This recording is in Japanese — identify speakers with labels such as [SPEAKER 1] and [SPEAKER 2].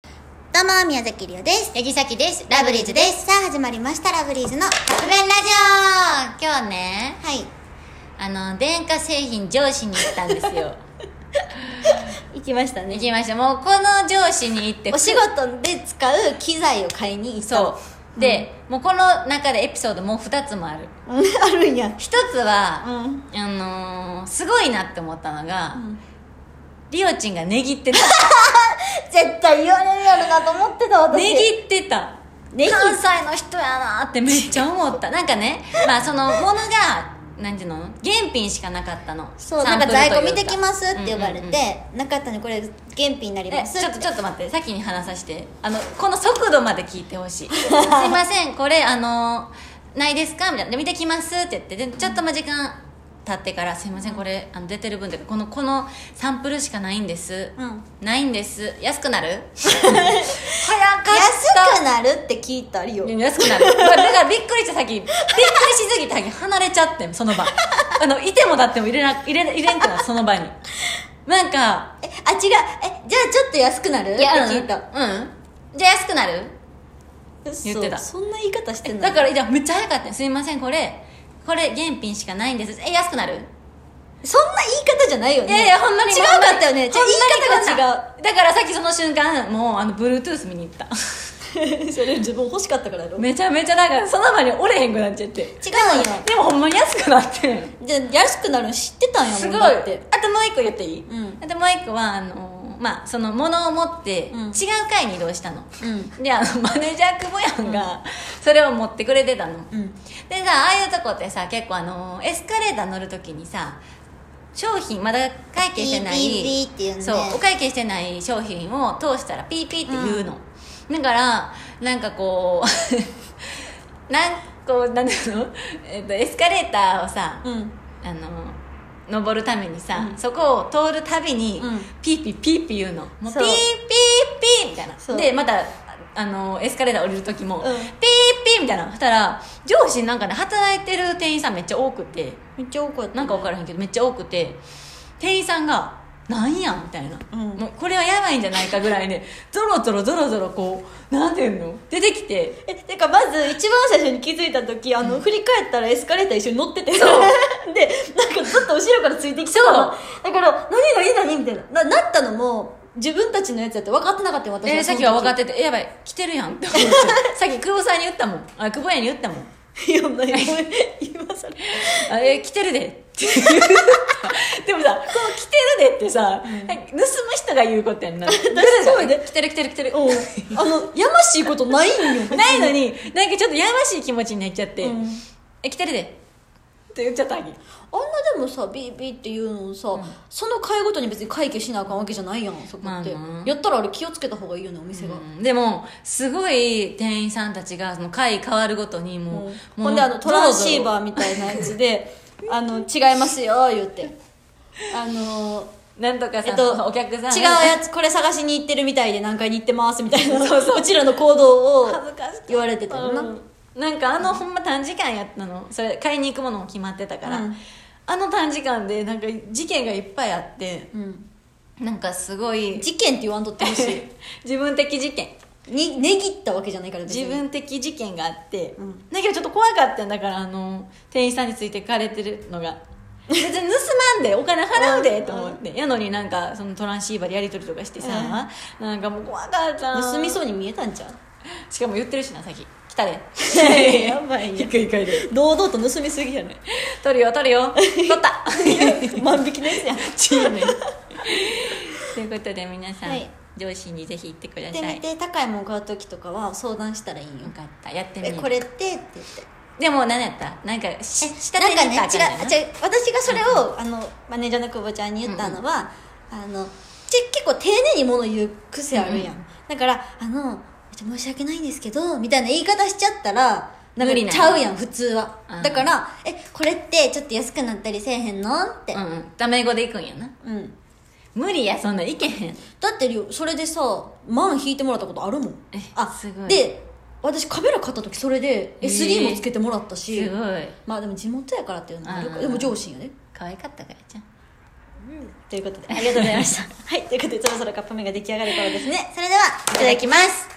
[SPEAKER 1] どうも宮崎りおです
[SPEAKER 2] ヤギサキです。ラブリーズです。
[SPEAKER 1] さあ始まりましたラブリーズのは
[SPEAKER 2] 特弁ラジオ今日ね、
[SPEAKER 1] い
[SPEAKER 2] あの、電化製品上司に行ったんです よ。
[SPEAKER 1] 行きました
[SPEAKER 2] 行きました。もうこの上司に行って。
[SPEAKER 1] お仕事で使う機材を買いに行った
[SPEAKER 2] そう。で、もうこの中でエピソードもう2つもある。
[SPEAKER 1] うん あるんや
[SPEAKER 2] 一つは、
[SPEAKER 1] うん
[SPEAKER 2] あのーすごいなって思ったのが、リオちんがねぎってた。
[SPEAKER 1] 絶対言われるやろなと思ってた私
[SPEAKER 2] ねぎってた。
[SPEAKER 1] ねぎ
[SPEAKER 2] 関西の人やなってめっちゃ思った。なんかね、まあそのものが、なんていうの原品しかなかったの。
[SPEAKER 1] そうな
[SPEAKER 2] サ
[SPEAKER 1] ん
[SPEAKER 2] ン
[SPEAKER 1] か
[SPEAKER 2] プルという
[SPEAKER 1] 在庫見てきますって呼ばれ
[SPEAKER 2] うん
[SPEAKER 1] て、
[SPEAKER 2] うんうん
[SPEAKER 1] なかったねこれ原品になりま
[SPEAKER 2] え
[SPEAKER 1] す
[SPEAKER 2] ちょっとちょっと待って先に話させてあのこの速度まで聞いてほしい すいませんこれあのないですかみたいなで見てきますって言ってでちょっとまあ時間経ってからすいませんこれあの出てる分というかこのこのサンプルしかないんです、
[SPEAKER 1] うん
[SPEAKER 2] ないんです安くな る
[SPEAKER 1] 早か
[SPEAKER 2] った
[SPEAKER 1] 安くなるって聞いたりよ
[SPEAKER 2] いや安くなるこれだからびっくりした先びっくりしすぎて先離れちゃってんその場あのいてもだっても入れな入れ入れんくなるその場になんか
[SPEAKER 1] えあ違うえじゃあちょっと安くなるって聞いた
[SPEAKER 2] うんうんじゃあ安くなる言ってた
[SPEAKER 1] 嘘そんな言い方してない
[SPEAKER 2] だからいやめっちゃ早かったよすいませんこれこれ原品しかないんですえ安くなる
[SPEAKER 1] そんな言い方じゃないよね
[SPEAKER 2] いやいやほんまに
[SPEAKER 1] 違うかったよねじゃあ言い方が違う
[SPEAKER 2] うだからさっきその瞬間もうあの Bluetooth 見に行った
[SPEAKER 1] それ自分欲しかったからやろ違う
[SPEAKER 2] めちゃめちゃだからその場に折れへんくなっちゃって
[SPEAKER 1] よ
[SPEAKER 2] でもほんまに安くなってん
[SPEAKER 1] じゃあ安くなるの知ってたんやもん
[SPEAKER 2] すごい
[SPEAKER 1] だ
[SPEAKER 2] あ
[SPEAKER 1] って
[SPEAKER 2] ともう一個言っていい、
[SPEAKER 1] うん
[SPEAKER 2] あともう一個はあのーまあその物を持って違う
[SPEAKER 1] うん
[SPEAKER 2] 階に移動したの、
[SPEAKER 1] うん
[SPEAKER 2] であのマネージャー久保やんがそれを持ってくれてたの、
[SPEAKER 1] うん
[SPEAKER 2] でさああいうとこってさ結構あのエスカレーター乗るときにさ商品まだ会計してない
[SPEAKER 1] ピーピーって言うね
[SPEAKER 2] そうお会計してない商品を通したらピーピーって言うの、だからなんかこう なんこうなんていうの、 えっとエスカレーターをさ、
[SPEAKER 1] うん
[SPEAKER 2] あの登るためにさ、そこを通るたびに、
[SPEAKER 1] うん
[SPEAKER 2] ピーピーピーピー言うのもう
[SPEAKER 1] そ
[SPEAKER 2] ピ
[SPEAKER 1] う
[SPEAKER 2] ーピーピーみたい
[SPEAKER 1] そう
[SPEAKER 2] なでまたあのエスカレーター降りる時も、
[SPEAKER 1] ん
[SPEAKER 2] ピーピーみたいなそしたら上司なんかね働いてる店員さんめっちゃ多くて
[SPEAKER 1] めっちゃ多かった
[SPEAKER 2] なんか分からへんけどめっちゃ多くて店員さんが「なんやん」みたいな、
[SPEAKER 1] うん
[SPEAKER 2] もうこれはやばいんじゃないかぐらいでゾロゾロゾロゾロこうなんていうの出てきて
[SPEAKER 1] えてかまず一番最初に気づいた時あの、振り返ったらエスカレーター一緒に乗ってて でなんかずっと後ろからついてきたのだから「何何何?」みたいなななったのも自分たちのやつやって分かってなかったよ私
[SPEAKER 2] えーさっきは分かってててえ「やばい来てるやん」って 思ってさっき久保さんに言ったもんあ久保屋に言ったもん
[SPEAKER 1] いやない今更
[SPEAKER 2] あえー来てるでって言ったでもさこの「来てるで」ってさ、盗む人が言うことや んな
[SPEAKER 1] そうやで
[SPEAKER 2] 来てる来てる来てる
[SPEAKER 1] うんあのやましいことないんよ
[SPEAKER 2] ないのになんかちょっとやましい気持ちになっちゃって「
[SPEAKER 1] うん
[SPEAKER 2] え来てるで」って言っちゃったわけ
[SPEAKER 1] あんなでもさビービーっていうのをさ、その会ごとに別に会計しなあかんわけじゃないやんそこって、
[SPEAKER 2] まあな
[SPEAKER 1] やったらあれ気をつけた方がいいよねお店が、
[SPEAKER 2] うんでもすごい店員さんたちがその回変わるごとにもう,もう、
[SPEAKER 1] ほんであのトランシー
[SPEAKER 2] ー
[SPEAKER 1] バーみたいなやつ で「あの違いますよ」言ってあの
[SPEAKER 2] なんとかさん、
[SPEAKER 1] えっと
[SPEAKER 2] お客さん
[SPEAKER 1] 違うやつこれ探しに行ってるみたいで何階に行ってますみたいな
[SPEAKER 2] そうそう
[SPEAKER 1] ちらの行動を
[SPEAKER 2] 恥ずかしい
[SPEAKER 1] 言われてたよな、
[SPEAKER 2] うん、なんかあのほんま短時間やったのそれ買いに行くものも決まってたから、
[SPEAKER 1] うん
[SPEAKER 2] あの短時間でなんか事件がいっぱいあって
[SPEAKER 1] うん
[SPEAKER 2] なんかすごい
[SPEAKER 1] 事件って言わんとってほ し
[SPEAKER 2] 自分的事件
[SPEAKER 1] いにねぎったわけじゃないから別に
[SPEAKER 2] 自分的事件があって、
[SPEAKER 1] うん
[SPEAKER 2] だけどちょっと怖かったんだからあの店員さんについてかれてるのが別に盗まんでお金払うでと思ってやのになんかそのトランシーバーでやり取りとかしてさ、なんかもう怖かった
[SPEAKER 1] 盗みそうに見えたんじゃ ん
[SPEAKER 2] しかも言ってるしな先来たで
[SPEAKER 1] やばいや
[SPEAKER 2] 一回一回で
[SPEAKER 1] 堂々と盗みすぎやね
[SPEAKER 2] 取るよ取るよ取 った
[SPEAKER 1] 万引きのやつやん
[SPEAKER 2] チームということで皆さん、
[SPEAKER 1] はい
[SPEAKER 2] 上司にぜひ行ってくだ
[SPEAKER 1] やっ
[SPEAKER 2] さ
[SPEAKER 1] て
[SPEAKER 2] い
[SPEAKER 1] みて高いもん買う時とかは相談したらいいんよ
[SPEAKER 2] よかったやってみ
[SPEAKER 1] え
[SPEAKER 2] る
[SPEAKER 1] これってって言って
[SPEAKER 2] でも何やったなんかし下手
[SPEAKER 1] なん
[SPEAKER 2] に
[SPEAKER 1] かね
[SPEAKER 2] 言っ
[SPEAKER 1] 違
[SPEAKER 2] た
[SPEAKER 1] う
[SPEAKER 2] らあかんねんな
[SPEAKER 1] 違う私がそれを、あのマネージャーの久保ちゃんに言ったのは、あのち結構丁寧に物言う癖あるやん、
[SPEAKER 2] うん
[SPEAKER 1] だからあの「ちょ申し訳ないんですけど」みたいな言い方しちゃったらなんか
[SPEAKER 2] 無理なん
[SPEAKER 1] ち
[SPEAKER 2] や
[SPEAKER 1] ゃうやん普通は、
[SPEAKER 2] うん
[SPEAKER 1] だから「えこれってちょっと安くなったりせえへんの?」って
[SPEAKER 2] うんうんダメ語で行くんやな
[SPEAKER 1] うん、
[SPEAKER 2] 無理やそんなんいけへん
[SPEAKER 1] だってりょそれでさ万引いてもらったことあるもん
[SPEAKER 2] え
[SPEAKER 1] あ
[SPEAKER 2] すごい
[SPEAKER 1] で私カメラ買った時それで
[SPEAKER 2] えー
[SPEAKER 1] SD もつけてもらったし、
[SPEAKER 2] すごい
[SPEAKER 1] まあでも地元やからっていうのもあるか
[SPEAKER 2] うん
[SPEAKER 1] でも上司やね
[SPEAKER 2] 可愛かったからじゃん
[SPEAKER 1] ということでありがとうございましたはいということでそろそろカップ麺が出来上がる頃ですね
[SPEAKER 2] ねそれではいただきます